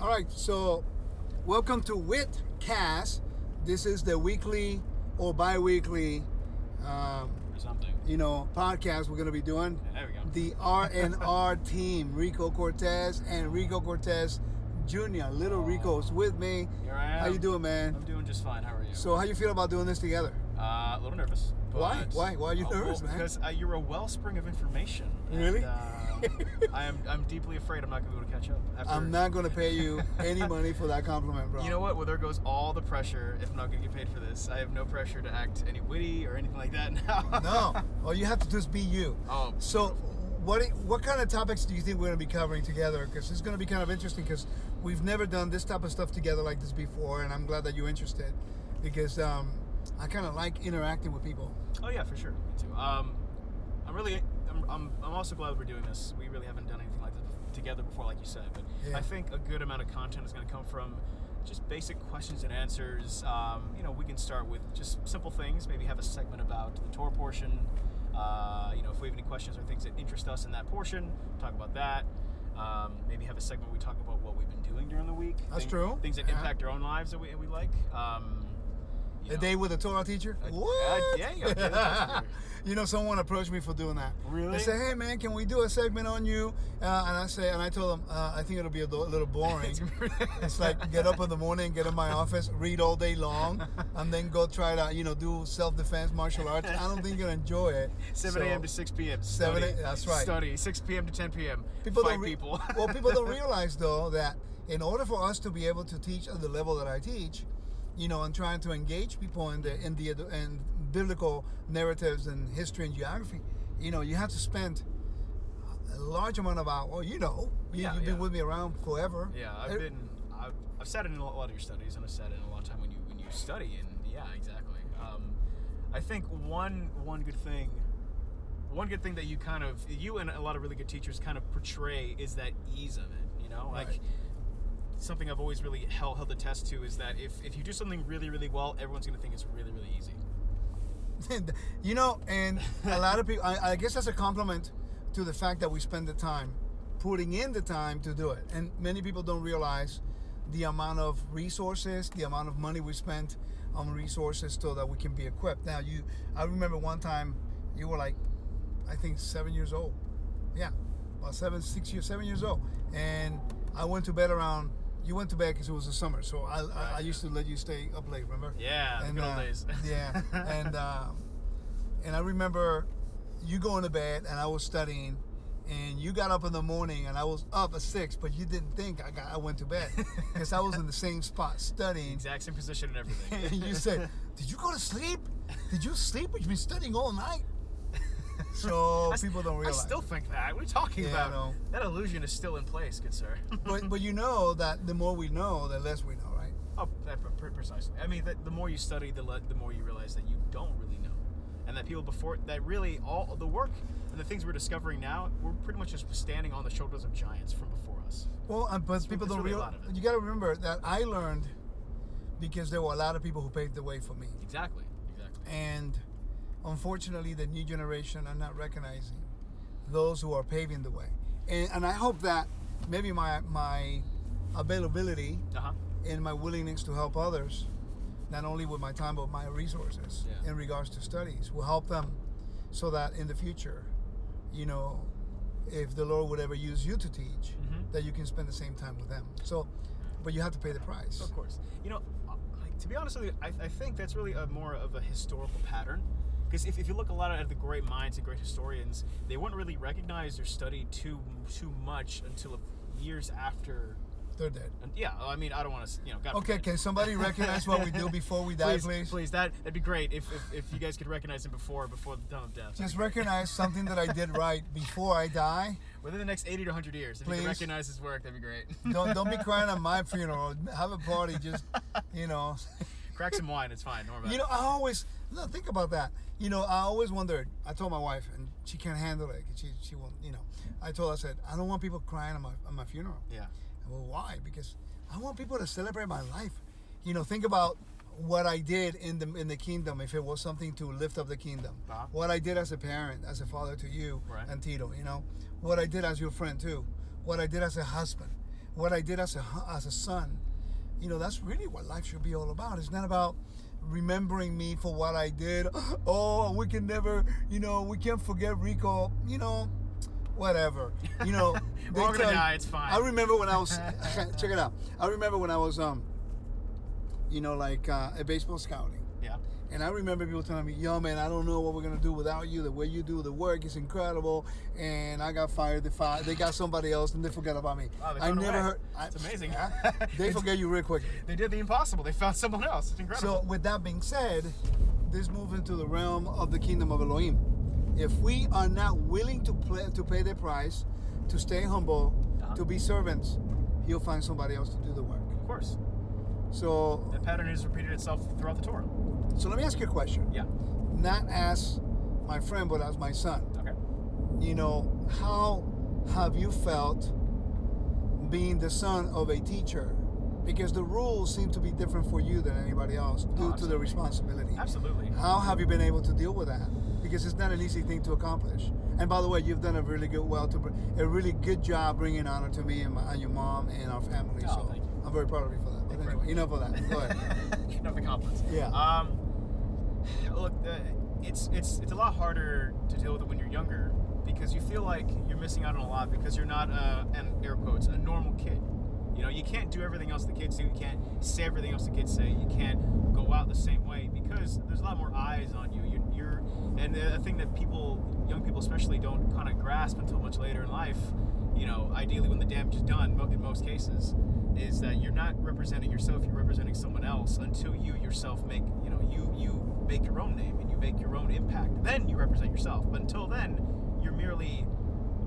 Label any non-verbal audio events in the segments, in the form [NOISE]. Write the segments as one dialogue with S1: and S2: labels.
S1: All right, so welcome to WITCast. This is the weekly or bi weekly, um,
S2: or something.
S1: you know, podcast we're going to be doing.
S2: Yeah, there we go.
S1: The R&R [LAUGHS] team, Rico Cortez and Rico Cortez Jr., little
S2: Oh.
S1: Rico's with me.
S2: Here I am.
S1: How you doing, man?
S2: I'm doing just fine. How are you?
S1: So how you feel about doing this together?
S2: uh, a little nervous. but-
S1: Why? Why- why are you
S2: Oh, well,
S1: nervous, man?
S2: Because uh, you're a wellspring of information.
S1: Really? [LAUGHS]
S2: And, uh, I am. I'm deeply afraid I'm not going to be able to catch up. After,
S1: I'm not going to pay you any money for that compliment, bro.
S2: You know what? Well, there goes all the pressure. If I'm not going to get paid for this, I have no pressure to act any witty or anything like that [LAUGHS] now.
S1: No. All you have to do is be you.
S2: oh.
S1: So, what what kind of topics do you think we're going to be covering together? Because it's going to be kind of interesting because we've never done this type of stuff together like this before, and I'm glad that you're interested because um, I kind of like interacting with people.
S2: Oh yeah, for sure. Me too. Um, I'm really. I'm, I'm, I'm also glad we're doing this. We really haven't done anything like this bef- together before, like you said. But
S1: Yeah.
S2: I think a good amount of content is going to come from just basic questions and answers. Um, you know, we can start with just simple things. Maybe have a segment about the tour portion. Uh, you know, if we have any questions or things that interest us in that portion, talk about that. Um, maybe have a segment where we talk about what we've been doing during the week.
S1: That's
S2: Thing-
S1: true. Uh-huh.
S2: Things that
S1: Yeah.
S2: impact our own lives that we, we like. Um, you
S1: A
S2: know.
S1: day with a Torah teacher.
S2: Uh,
S1: what?
S2: yeah, yeah,
S1: [LAUGHS]
S2: yeah, that's
S1: you know, someone approached me for doing that.
S2: Really?
S1: They say, "Hey, man, can we do a segment on you?" Uh, and I say, and I told them, uh, "I think it'll be a, do- a little
S2: [LAUGHS]
S1: boring. it's like get up in the morning, get in my office, read all day long, and then go try to, you know, do self-defense martial arts. I don't think you'll enjoy it."
S2: [LAUGHS] 7
S1: So-
S2: a.m. to 6 p.m.
S1: 7
S2: Study.
S1: that's right.
S2: Study. 6 p.m. to 10 p.m.
S1: don't
S2: Fight
S1: re-
S2: people.
S1: [LAUGHS]
S2: [LAUGHS]
S1: well, people don't realize though that in order for us to be able to teach at the level that I teach, you know, and trying to engage people in the in the in biblical narratives and history and geography, you know, you have to spend a large amount of hours. Well, you know, you,
S2: Yeah,
S1: you've been
S2: yeah.
S1: with me around forever.
S2: yeah, I've
S1: Eh,
S2: been. I've, I've sat in a lot of your studies, and I've sat in a lot of time when you when you study, and yeah, exactly. Um, I think one one good thing, one good thing that you kind of you and a lot of really good teachers kind of portray is that ease of it. You know, like.
S1: Right.
S2: Something I've always really held, held the test to is that if, if you do something really, really well, everyone's going to think it's really, really easy.
S1: [LAUGHS] you know, and a lot of people. I, I guess that's a compliment to the fact that we spend the time putting in the time to do it, and many people don't realize the amount of resources, the amount of money we spent on resources so that we can be equipped. Now, you, I remember one time you were like, I think seven years old. Yeah, about seven, six years, seven years old, and I went to bed around. You went to bed because it was the summer, so I, I, I
S2: Right.
S1: used to let you stay up late. Remember?
S2: Yeah, the good old
S1: uh,
S2: days. [LAUGHS]
S1: yeah, and um, and I remember you going to bed and I was studying, and you got up in the morning and I was up at six, but you didn't think I got I went to
S2: [LAUGHS]
S1: bed because I was in the same spot studying,
S2: exact same position and everything.
S1: [LAUGHS] and [LAUGHS] you said, "Did you go to sleep? Did you sleep? You've been studying all
S2: [LAUGHS]
S1: night." So
S2: I s-
S1: people don't realize.
S2: I still think that. What are you talking
S1: Yeah, I
S2: about?
S1: know.
S2: That illusion is still in place, good
S1: [LAUGHS]
S2: sir.
S1: but but you know that the more we know, the less we know, right?
S2: oh, that, pre- precisely. I mean, that, the more you study, the, le- the more you realize that you don't really know, and that people before that really all the work and the things we're discovering now, we're pretty much just standing on the shoulders of giants from before us.
S1: Well, and, but people
S2: it's
S1: don't
S2: really a
S1: realize.
S2: lot of it.
S1: You got to remember that I learned because there were a lot of people who paved the way for me,
S2: Exactly. Exactly.
S1: and unfortunately, the new generation are not recognizing those who are paving the way. And, and I hope that maybe my my availability
S2: Uh huh.
S1: and my willingness to help others, not only with my time but my resources
S2: Yeah.
S1: in regards to studies, will help them so that in the future, you know, if the Lord would ever use you to teach,
S2: Mhm.
S1: that you can spend the same time with them. So, but you have to pay the price.
S2: Of course. You know, uh, like, to be honest with you, I, I think that's really a more of a historical pattern. Because if, if you look a lot at the great minds and great historians, they weren't really recognized or studied too too much until years after.
S1: They're dead.
S2: And yeah, I mean, I don't want to, you know. God
S1: Okay,
S2: forbid.
S1: can somebody recognize what we do before we die,
S2: please,
S1: please?
S2: That that'd be great if, if, if you guys could recognize him before before the time of death.
S1: Just recognize something that I did right before I die.
S2: Within the next eighty to hundred years, if you
S1: Please.
S2: could recognize his work, that'd be great. [LAUGHS]
S1: Don't don't be crying at my funeral. Have a party. Just you know.
S2: Crack some wine, it's fine. Normal.
S1: You know, I always no, think about that. You know, I always wondered. I told my wife, and she can't handle it. 'cause She she won't. You know, I told her, I said, I don't want people crying at my at my funeral.
S2: Yeah.
S1: Well, why? Because I want people to celebrate my life. You know, think about what I did in the in the kingdom. If it was something to lift up the kingdom,
S2: Uh-huh.
S1: what I did as a parent, as a father to you
S2: Right.
S1: and Tito. You know, what I did as your friend too. What I did as a husband. what I did as a hu- as a son. You know, that's really what life should be all about. It's not about remembering me for what I did. [LAUGHS] Oh, we can never, you know, we can't forget Rico. You know, whatever. You
S2: [LAUGHS]
S1: know,
S2: We're
S1: they
S2: all gonna
S1: tell you-
S2: die, it's fine.
S1: I remember when I was [LAUGHS] check it out. I remember when I was um, you know, like uh, a baseball scouting.
S2: Yeah.
S1: And I remember people telling me, yo, man, I don't know what we're going to do without you. The way you do the work is incredible. And I got fired. They, fired, they got somebody else and they forgot about me.
S2: Wow, they
S1: I
S2: found a
S1: never
S2: way.
S1: heard. I-
S2: It's
S1: [LAUGHS]
S2: amazing. [LAUGHS]
S1: Yeah, they forget you real quick.
S2: They did the impossible. They found someone else. It's incredible.
S1: So, with that being said, this moves into the realm of the kingdom of Elohim. If we are not willing to, play, to pay the price, to stay humble,
S2: Uh-huh.
S1: to be servants, he'll find somebody else to do the work.
S2: of course,
S1: So,
S2: that pattern has repeated itself throughout the Torah.
S1: so let me ask you a question.
S2: Yeah.
S1: Not as my friend, but as my son.
S2: Okay.
S1: you know, how have you felt being the son of a teacher? Because the rules seem to be different for you than anybody else due to the
S2: absolutely.
S1: responsibility.
S2: Absolutely.
S1: How have you been able to deal with that? Because it's not an easy thing to accomplish. And by the way, you've done a really good well to br- a really good job bringing honor to me and, my, and your mom and our family.
S2: Oh,
S1: so
S2: thank you.
S1: I'm very proud of you for that. But
S2: Thank you very
S1: anyway, enough of that. Go
S2: [LAUGHS]
S1: ahead.
S2: Enough of the compliments.
S1: Yeah.
S2: Um, look, uh, it's it's it's a lot harder to deal with it when you're younger because you feel like you're missing out on a lot because you're not uh, an air quotes a normal kid. You know, you can't do everything else the kids do. You can't say everything else the kids say. You can't go out the same way because there's a lot more eyes on you. You're, you're and the thing that people, young people especially, don't kind of grasp until much later in life. You know, ideally when the damage is done, mo- in most cases, is that you're not representing yourself. You're representing someone else until you yourself make. You know, you you make your own name and you make your own impact. Then you represent yourself. But until then, you're merely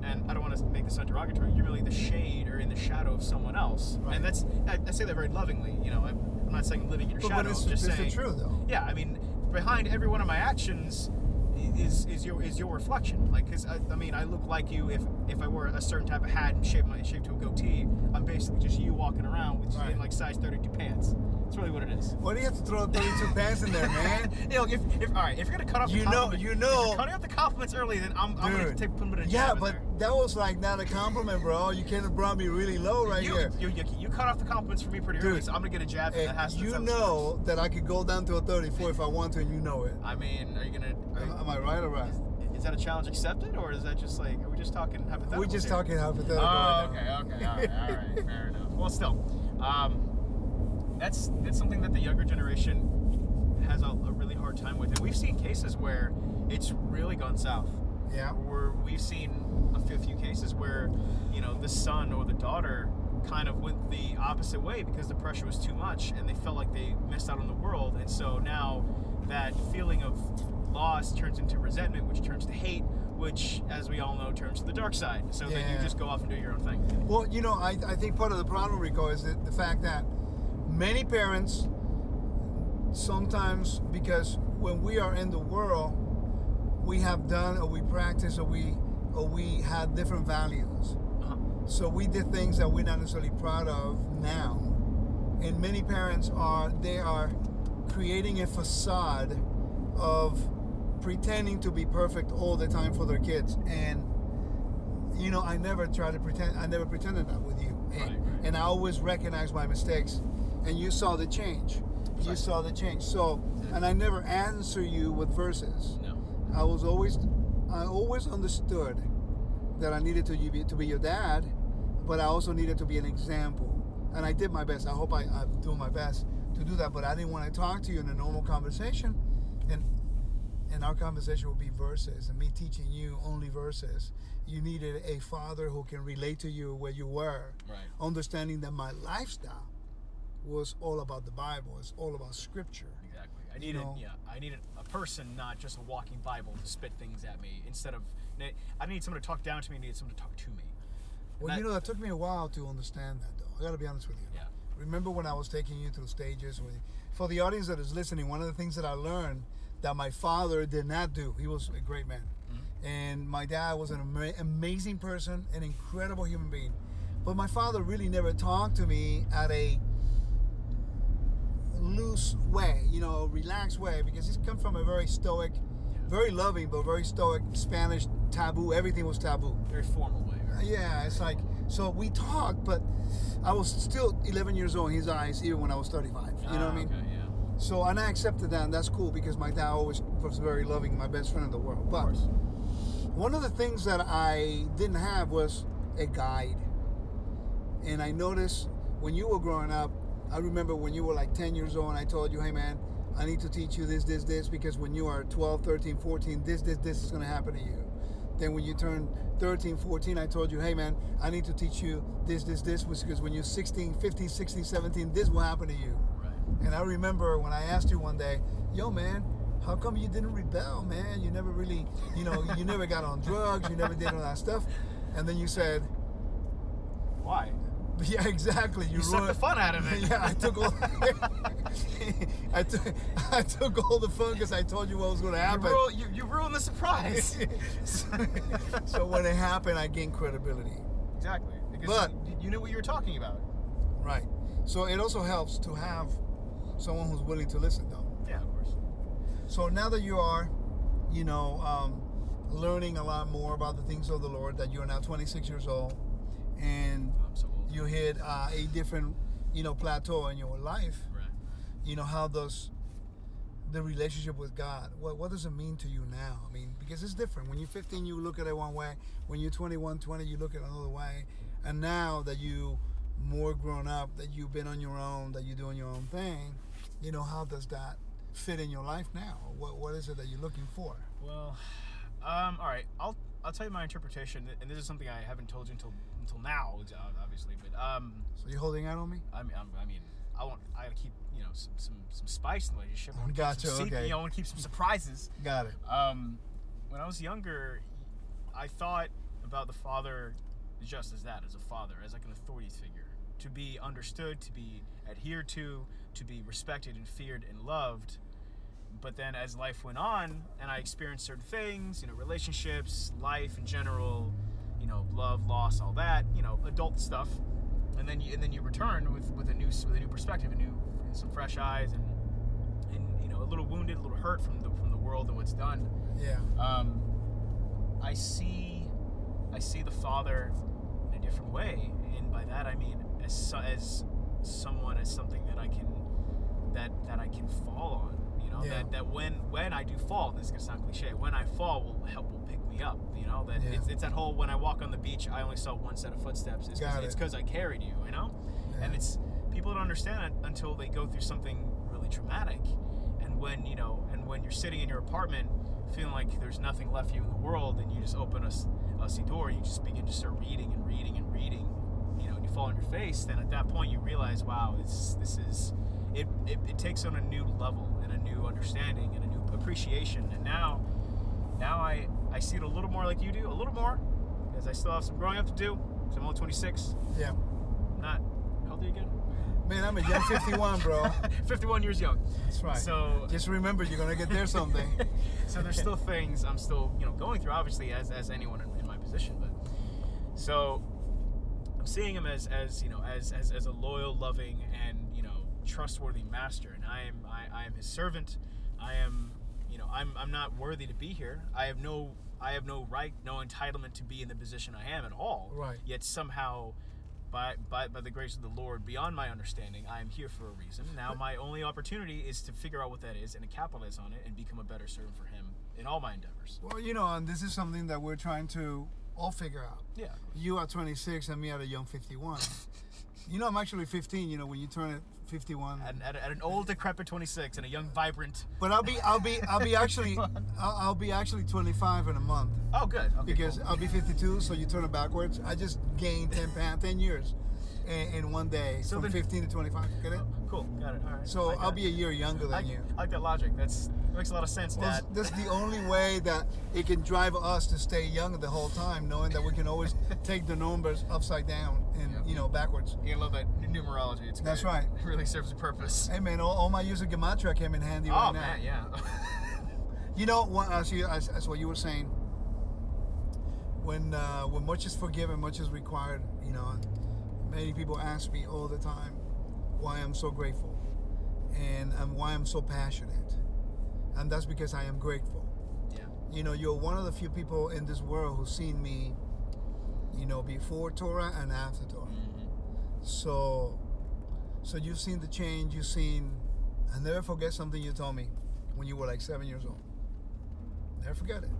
S2: and I don't want to make this sound derogatory, you're really the shade or in the shadow of someone else.
S1: Right.
S2: And that's, I, I say that very lovingly, you know, I'm, I'm not saying I'm living in your
S1: But,
S2: shadow,
S1: but it's,
S2: I'm just
S1: it's
S2: saying,
S1: the truth, though.
S2: yeah, I mean, behind every one of my actions i- is, is your is your reflection. Like, 'cause I, I mean, I look like you if if I wore a certain type of hat and shaved my shaved to a goatee. I'm basically just you walking around with
S1: Right.
S2: in like size 32 pants. That's really what it is. [LAUGHS]
S1: Why do you have to throw 32 pants in there, man?
S2: You know, if, if all right, if you're gonna cut off,
S1: You
S2: the
S1: know-
S2: compliment-
S1: you
S2: if
S1: know-
S2: you're cutting off the compliments early, then I'm, I'm gonna
S1: Dude.
S2: take [LAUGHS] put a bit of
S1: Yeah,
S2: jab in
S1: but
S2: there.
S1: that was like not a compliment, bro. You could have brought me really low right
S2: you,
S1: here.
S2: You, you, you cut off the compliments for me pretty early,
S1: Dude,
S2: so I'm gonna get a jab. in
S1: And
S2: that has to
S1: you
S2: sound-
S1: know that I could go down to a 34 if I want to, and you know it.
S2: I mean, are you gonna? Are,
S1: Am, am I right or right?
S2: is that a challenge accepted, or is that just like are we just talking hypothetical?
S1: We're Uh, just talking hypothetical.
S2: Oh,
S1: right
S2: okay,
S1: now.
S2: okay, all right, all right, fair enough. Well, still, um, that's that's something that the younger generation has a, a really hard time with, and we've seen cases where it's really gone south.
S1: yeah.
S2: where we've seen a few, few cases where you know the son or the daughter kind of went the opposite way because the pressure was too much and they felt like they missed out on the world and so now that feeling of loss turns into resentment which turns to hate which as we all know turns to the dark side so then you
S1: Yeah.
S2: just go off and do your own thing
S1: Well, you know, I, I think part of the problem, Rico, is that the fact that many parents sometimes, because when we are in the world, we have done or we practice or we or we had different values.
S2: uh-huh.
S1: So we did things that we're not necessarily proud of now. And many parents are they are creating a facade of pretending to be perfect all the time for their kids. And you know, I never try to pretend I never pretended that with you. And,
S2: Right, right.
S1: and I always recognize my mistakes. And you saw the change. You
S2: Right.
S1: saw the change. So and I never answer you with verses.
S2: no
S1: I was always, I always understood that I needed to be, to be your dad, but I also needed to be an example, and I did my best. I hope I, I'm doing my best to do that, but I didn't want to talk to you in a normal conversation, and and our conversation would be verses, and me teaching you only verses. You needed a father who can relate to you where you were,
S2: right
S1: understanding that my lifestyle was all about the Bible, it's all about Scripture.
S2: Exactly. I needed,
S1: know?
S2: yeah, I needed a person, not just a walking Bible, to spit things at me. Instead of, I didn't need someone to talk down to me. I needed someone to talk to me.
S1: Well,
S2: that-
S1: you know, that took me a while to understand that, though. I got to be honest with you.
S2: Yeah.
S1: Remember when I was taking you through stages? With, for the audience that is listening, one of the things that I learned that my father did not do, he was a great man. And my dad was an ama- amazing person, an incredible human being. But my father really never talked to me at a loose way, you know, relaxed way, because he's come from a very stoic, very loving, but very stoic Spanish taboo. Everything was taboo.
S2: Very formal way. Right?
S1: Yeah, it's like so we talked, but I was still 11 years old in his eyes, even when I was 35. You know what I mean?
S2: Ah, Okay, yeah.
S1: So, and I accepted that, and that's cool because my dad always was very loving, my best friend in the world.
S2: Of
S1: But
S2: course.
S1: one of the things that I didn't have was a guide. And I noticed when you were growing up, I remember when you were like 10 years old and I told you, hey man, I need to teach you this, this, this, because when you are 12, 13, 14, this, this, this is going to happen to you. Then when you turn 13, 14, I told you, hey man, I need to teach you this, this, this, because when you're 16, 15, 16, 17, this will happen to you.
S2: Right.
S1: And I remember when I asked you one day, "Yo, man, how come you didn't rebel, man? You never really, you know, you never got on drugs, you never did all that stuff." And then you said, [LAUGHS]
S2: Why?
S1: "Yeah, exactly. You,
S2: You sucked
S1: ruined-
S2: the fun out of [LAUGHS] it.
S1: [LAUGHS] yeah, I took all. I took [LAUGHS] I took all the fun because I told you what was going to
S2: You,
S1: happen.
S2: ru- you, you ruined the [LAUGHS] surprise.
S1: so when it happened, I gained credibility.
S2: exactly. Because
S1: But-
S2: you, you knew what you were talking about.
S1: Right. So it also helps to have someone who's willing to listen, though.
S2: Yeah, of course.
S1: So now that you are, you know, um, learning a lot more about the things of the Lord, that you are now 26 years old, and
S2: I'm Um, so old.
S1: you hit uh, a different, you know, plateau in your life.
S2: right.
S1: You know, how does the relationship with God? What what does it mean to you now? I mean, because it's different. When you're 15, you look at it one way. When you're 21, 20, you look at it another way. And now that you more grown up, that you've been on your own, that you're doing your own thing, you know, how does that fit in your life now? What what is it that you're looking for?
S2: Well, um, all right. I'll I'll tell you my interpretation, and this is something I haven't told you until until now, obviously. But um,
S1: So you're holding out on me?
S2: I mean, I'm, I mean, I want I gotta keep you know some some, some spice in the relationship. I wanna keep
S1: Gotcha,
S2: Some,
S1: okay.
S2: You know, I want to keep some surprises.
S1: Got it.
S2: Um, when I was younger, I thought about the father just as that, as a father, as like an authority figure, to be understood, to be adhered to, to be respected and feared and loved. But then as life went on and I experienced certain things, you know, relationships, life in general, you know, love, loss, all that, you know, adult stuff. And then you, and then you return with, with a new with a new perspective, a new some fresh eyes and and you know, a little wounded, a little hurt from the from the world and what's done
S1: Yeah.
S2: um, I see I see the father in a different way, and by that I mean as so, as someone as something that I can that that I can fall on. You know
S1: Yeah.
S2: that, that when when I do fall, this is gonna sound cliche. When I fall, will help will pick me up. You know that
S1: Yeah.
S2: it's, it's that whole when I walk on the beach, I only saw one set of footsteps. It's
S1: Got
S2: cause, it's
S1: it.
S2: because I carried you. You know and
S1: Yeah.
S2: it's people don't understand it until they go through something really traumatic and when you know and when you're sitting in your apartment feeling like there's nothing left for you in the world and you just open a, s- a sea door you just begin to start reading and reading and reading you know and you fall on your face then at that point you realize wow this this is it, it, it takes on a new level and a new understanding and a new appreciation and now now I, I see it a little more like you do a little more because I still have some growing up to do 'cause I'm only 26
S1: yeah.
S2: not healthy again
S1: Man, I'm a young 51,
S2: [LAUGHS]
S1: bro.
S2: 51 years young.
S1: [LAUGHS] That's right.
S2: So
S1: just remember, you're gonna get there someday. [LAUGHS]
S2: so there's still things I'm still, you know, going through obviously as as anyone in, in my position, but so I'm seeing him as as, you know, as as, as a loyal, loving and, you know, trustworthy master and I am I, I am his servant. I am, you know, I'm I'm not worthy to be here. I have no I have no right, no entitlement to be in the position I am at all.
S1: Right.
S2: Yet somehow by, by, by the grace of the Lord, beyond my understanding, I am here for a reason. Now, my only opportunity is to figure out what that is and to capitalize on it and become a better servant for Him in all my endeavors.
S1: Well, you know, and this is something that we're trying to all figure out.
S2: Yeah.
S1: You are 26 and me at a young
S2: [LAUGHS]
S1: 51. you know, I'm actually 15. You know, when you turn it 51.
S2: At, at, at an old, decrepit 26 and a young, vibrant.
S1: but I'll be, I'll be, I'll be
S2: [LAUGHS]
S1: actually, I'll, I'll be actually 25 in a month
S2: Oh, good. Okay,
S1: because
S2: cool.
S1: I'll be 52. So you turn it backwards. I just gained 10 pounds, 10 years, in, in one day
S2: So
S1: from
S2: then-
S1: 15 to 25. Get it?
S2: cool. Got it. All right.
S1: So
S2: Like
S1: I'll
S2: that.
S1: be a year younger
S2: I,
S1: than you.
S2: I like that logic. That's makes a lot of sense,
S1: Well,
S2: Dad.
S1: that's
S2: [LAUGHS]
S1: the only way that it can drive us to stay young the whole time, knowing that we can
S2: [LAUGHS]
S1: always take the numbers upside down and
S2: Yep.
S1: you know backwards.
S2: You love that numerology. It's
S1: That's
S2: great.
S1: right.
S2: It [LAUGHS] really serves a purpose.
S1: Hey man, all, all my user gematria came in handy right
S2: oh,
S1: now.
S2: man, yeah. [LAUGHS]
S1: You know, one, as, you, as, as what you were saying, when uh, when much is forgiven, much is required. You know, and many people ask me all the time why I'm so grateful and, and why I'm so passionate, and that's because I am grateful.
S2: yeah.
S1: you know, you're one of the few people in this world who's seen me, you know, before Torah and after Torah.
S2: Mhm.
S1: So, so you've seen the change. You've seen. I never forget something you told me when you were like seven years old. Never forget it.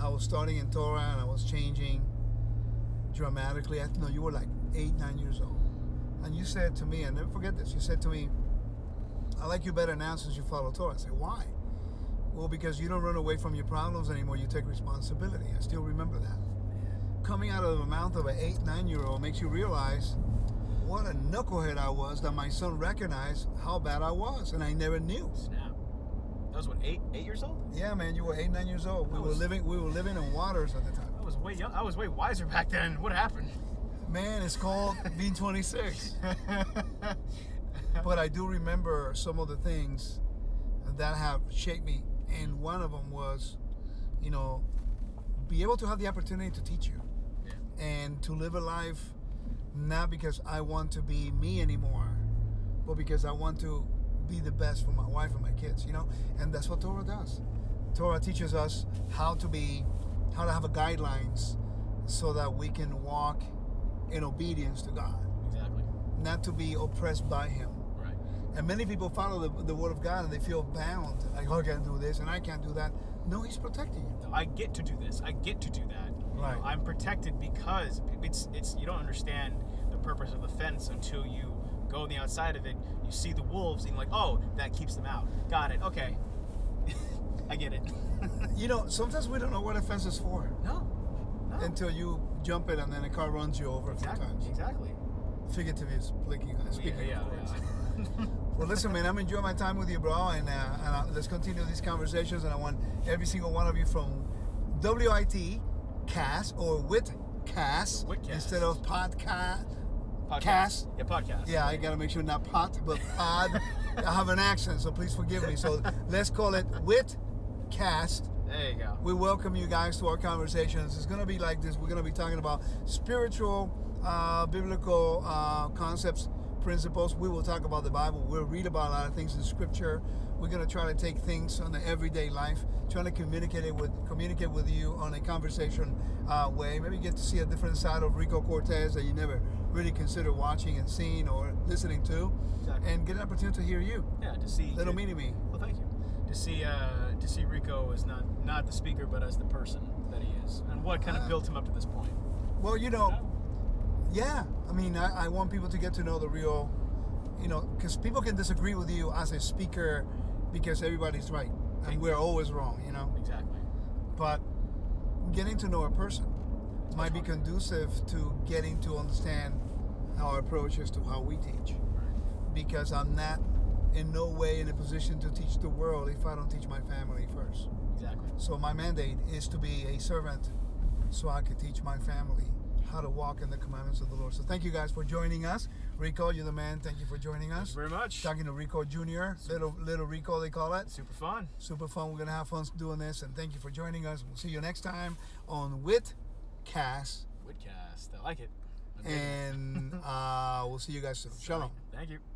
S1: I was starting in Torah and I was changing dramatically. I know you were like eight, nine years old, and you said to me, I never forget this. You said to me, "I like you better now since you follow Torah." I said, "Why?" Well, because you don't run away from your problems anymore. You take responsibility. I still remember that. Coming out of the mouth of an eight, nine-year-old makes you realize what a knucklehead I was that my son recognized how bad I was, and I never knew.
S2: Snap. That was what eight eight years old.
S1: Yeah, man, you were eight, nine years old. We
S2: I
S1: were
S2: was-
S1: living, we were living in waters at the time.
S2: I was way young. I was way wiser back then. What happened? [LAUGHS]
S1: Man, it's called being [LAUGHS] 26. But I do remember some of the things that have shaped me, and one of them was, you know, be able to have the opportunity to teach you.
S2: yeah.
S1: and to live a life not because I want to be me anymore, but because I want to be the best for my wife and my kids, you know? And that's what Torah does. Torah teaches us how to be, how to have a guidelines so that we can walk in obedience to God,
S2: Exactly.
S1: not to be oppressed by Him.
S2: Right.
S1: And many people follow the, the Word of God and they feel bound. Like, oh, I can't do this and I can't do that. No, He's protecting you.
S2: I get to do this. I get to do that. You know,
S1: Right.
S2: I'm protected because it's it's you don't understand the purpose of the fence until you go on the outside of it. You see the wolves and you're like, oh, that keeps them out. Got it. Okay. [LAUGHS] I
S1: [LAUGHS]
S2: get it.
S1: You know, sometimes we don't know what a fence is for.
S2: no. No.
S1: until you jump it and then a car runs you over
S2: exactly.
S1: sometimes. [LAUGHS]
S2: Exactly.
S1: Figuratively speaking, speaking
S2: yeah,
S1: of course.
S2: yeah, yeah. [LAUGHS]
S1: Well, listen, man, I'm enjoying my time with you, bro, and, uh, and uh, let's continue these conversations. And I want every single one of you from WIT cast or wit cast
S2: Witcast.
S1: instead of podcast.
S2: podcast.
S1: Cast.
S2: Yeah, podcast.
S1: Yeah, I gotta make sure not pot, but
S2: [LAUGHS]
S1: pod. I have an accent, so please forgive me. So let's call it wit cast.
S2: There you go.
S1: We welcome you guys to our conversations. It's going to be like this. We're going to be talking about spiritual, uh, biblical uh, concepts, principles. We will talk about the Bible. We'll read about a lot of things in Scripture. We're going to try to take things on the everyday life, trying to communicate it with communicate with you on a conversation uh, way. Maybe get to see a different side of Rico Cortez that you never really consider watching and seeing or listening to,
S2: Exactly.
S1: and get an opportunity to hear you,
S2: Yeah, to see
S1: little
S2: to-
S1: mini me.
S2: Well, thank you. To see uh, to see Rico as not not the speaker, but as the person that he is, and what kind
S1: Ah.
S2: of built him up to this point.
S1: Well, you know. yeah i mean I, I want people to get to know the real you know because people can disagree with you as a speaker because everybody's right and we're always wrong you know
S2: Exactly.
S1: but getting to know a person might be
S2: much
S1: conducive to getting to understand our approach as to how we teach
S2: Right.
S1: because i'm not in no way in a position to teach the world if i don't teach my family first
S2: Exactly.
S1: so my mandate is to be a servant so I can teach my family how to walk in the commandments of the Lord. So thank you guys for joining us. Rico, you're the man. Thank you for joining
S2: Thank you
S1: us.
S2: very much.
S1: Talking to Rico Jr., little little Rico they call it.
S2: Super fun.
S1: Super fun. We're gonna have fun doing this and thank you for joining us. We'll see you next time on Wit Cast.
S2: Woodcast. I like it. I'm digging it. [LAUGHS]
S1: And uh, we'll see you guys soon. Shalom.
S2: Thank you.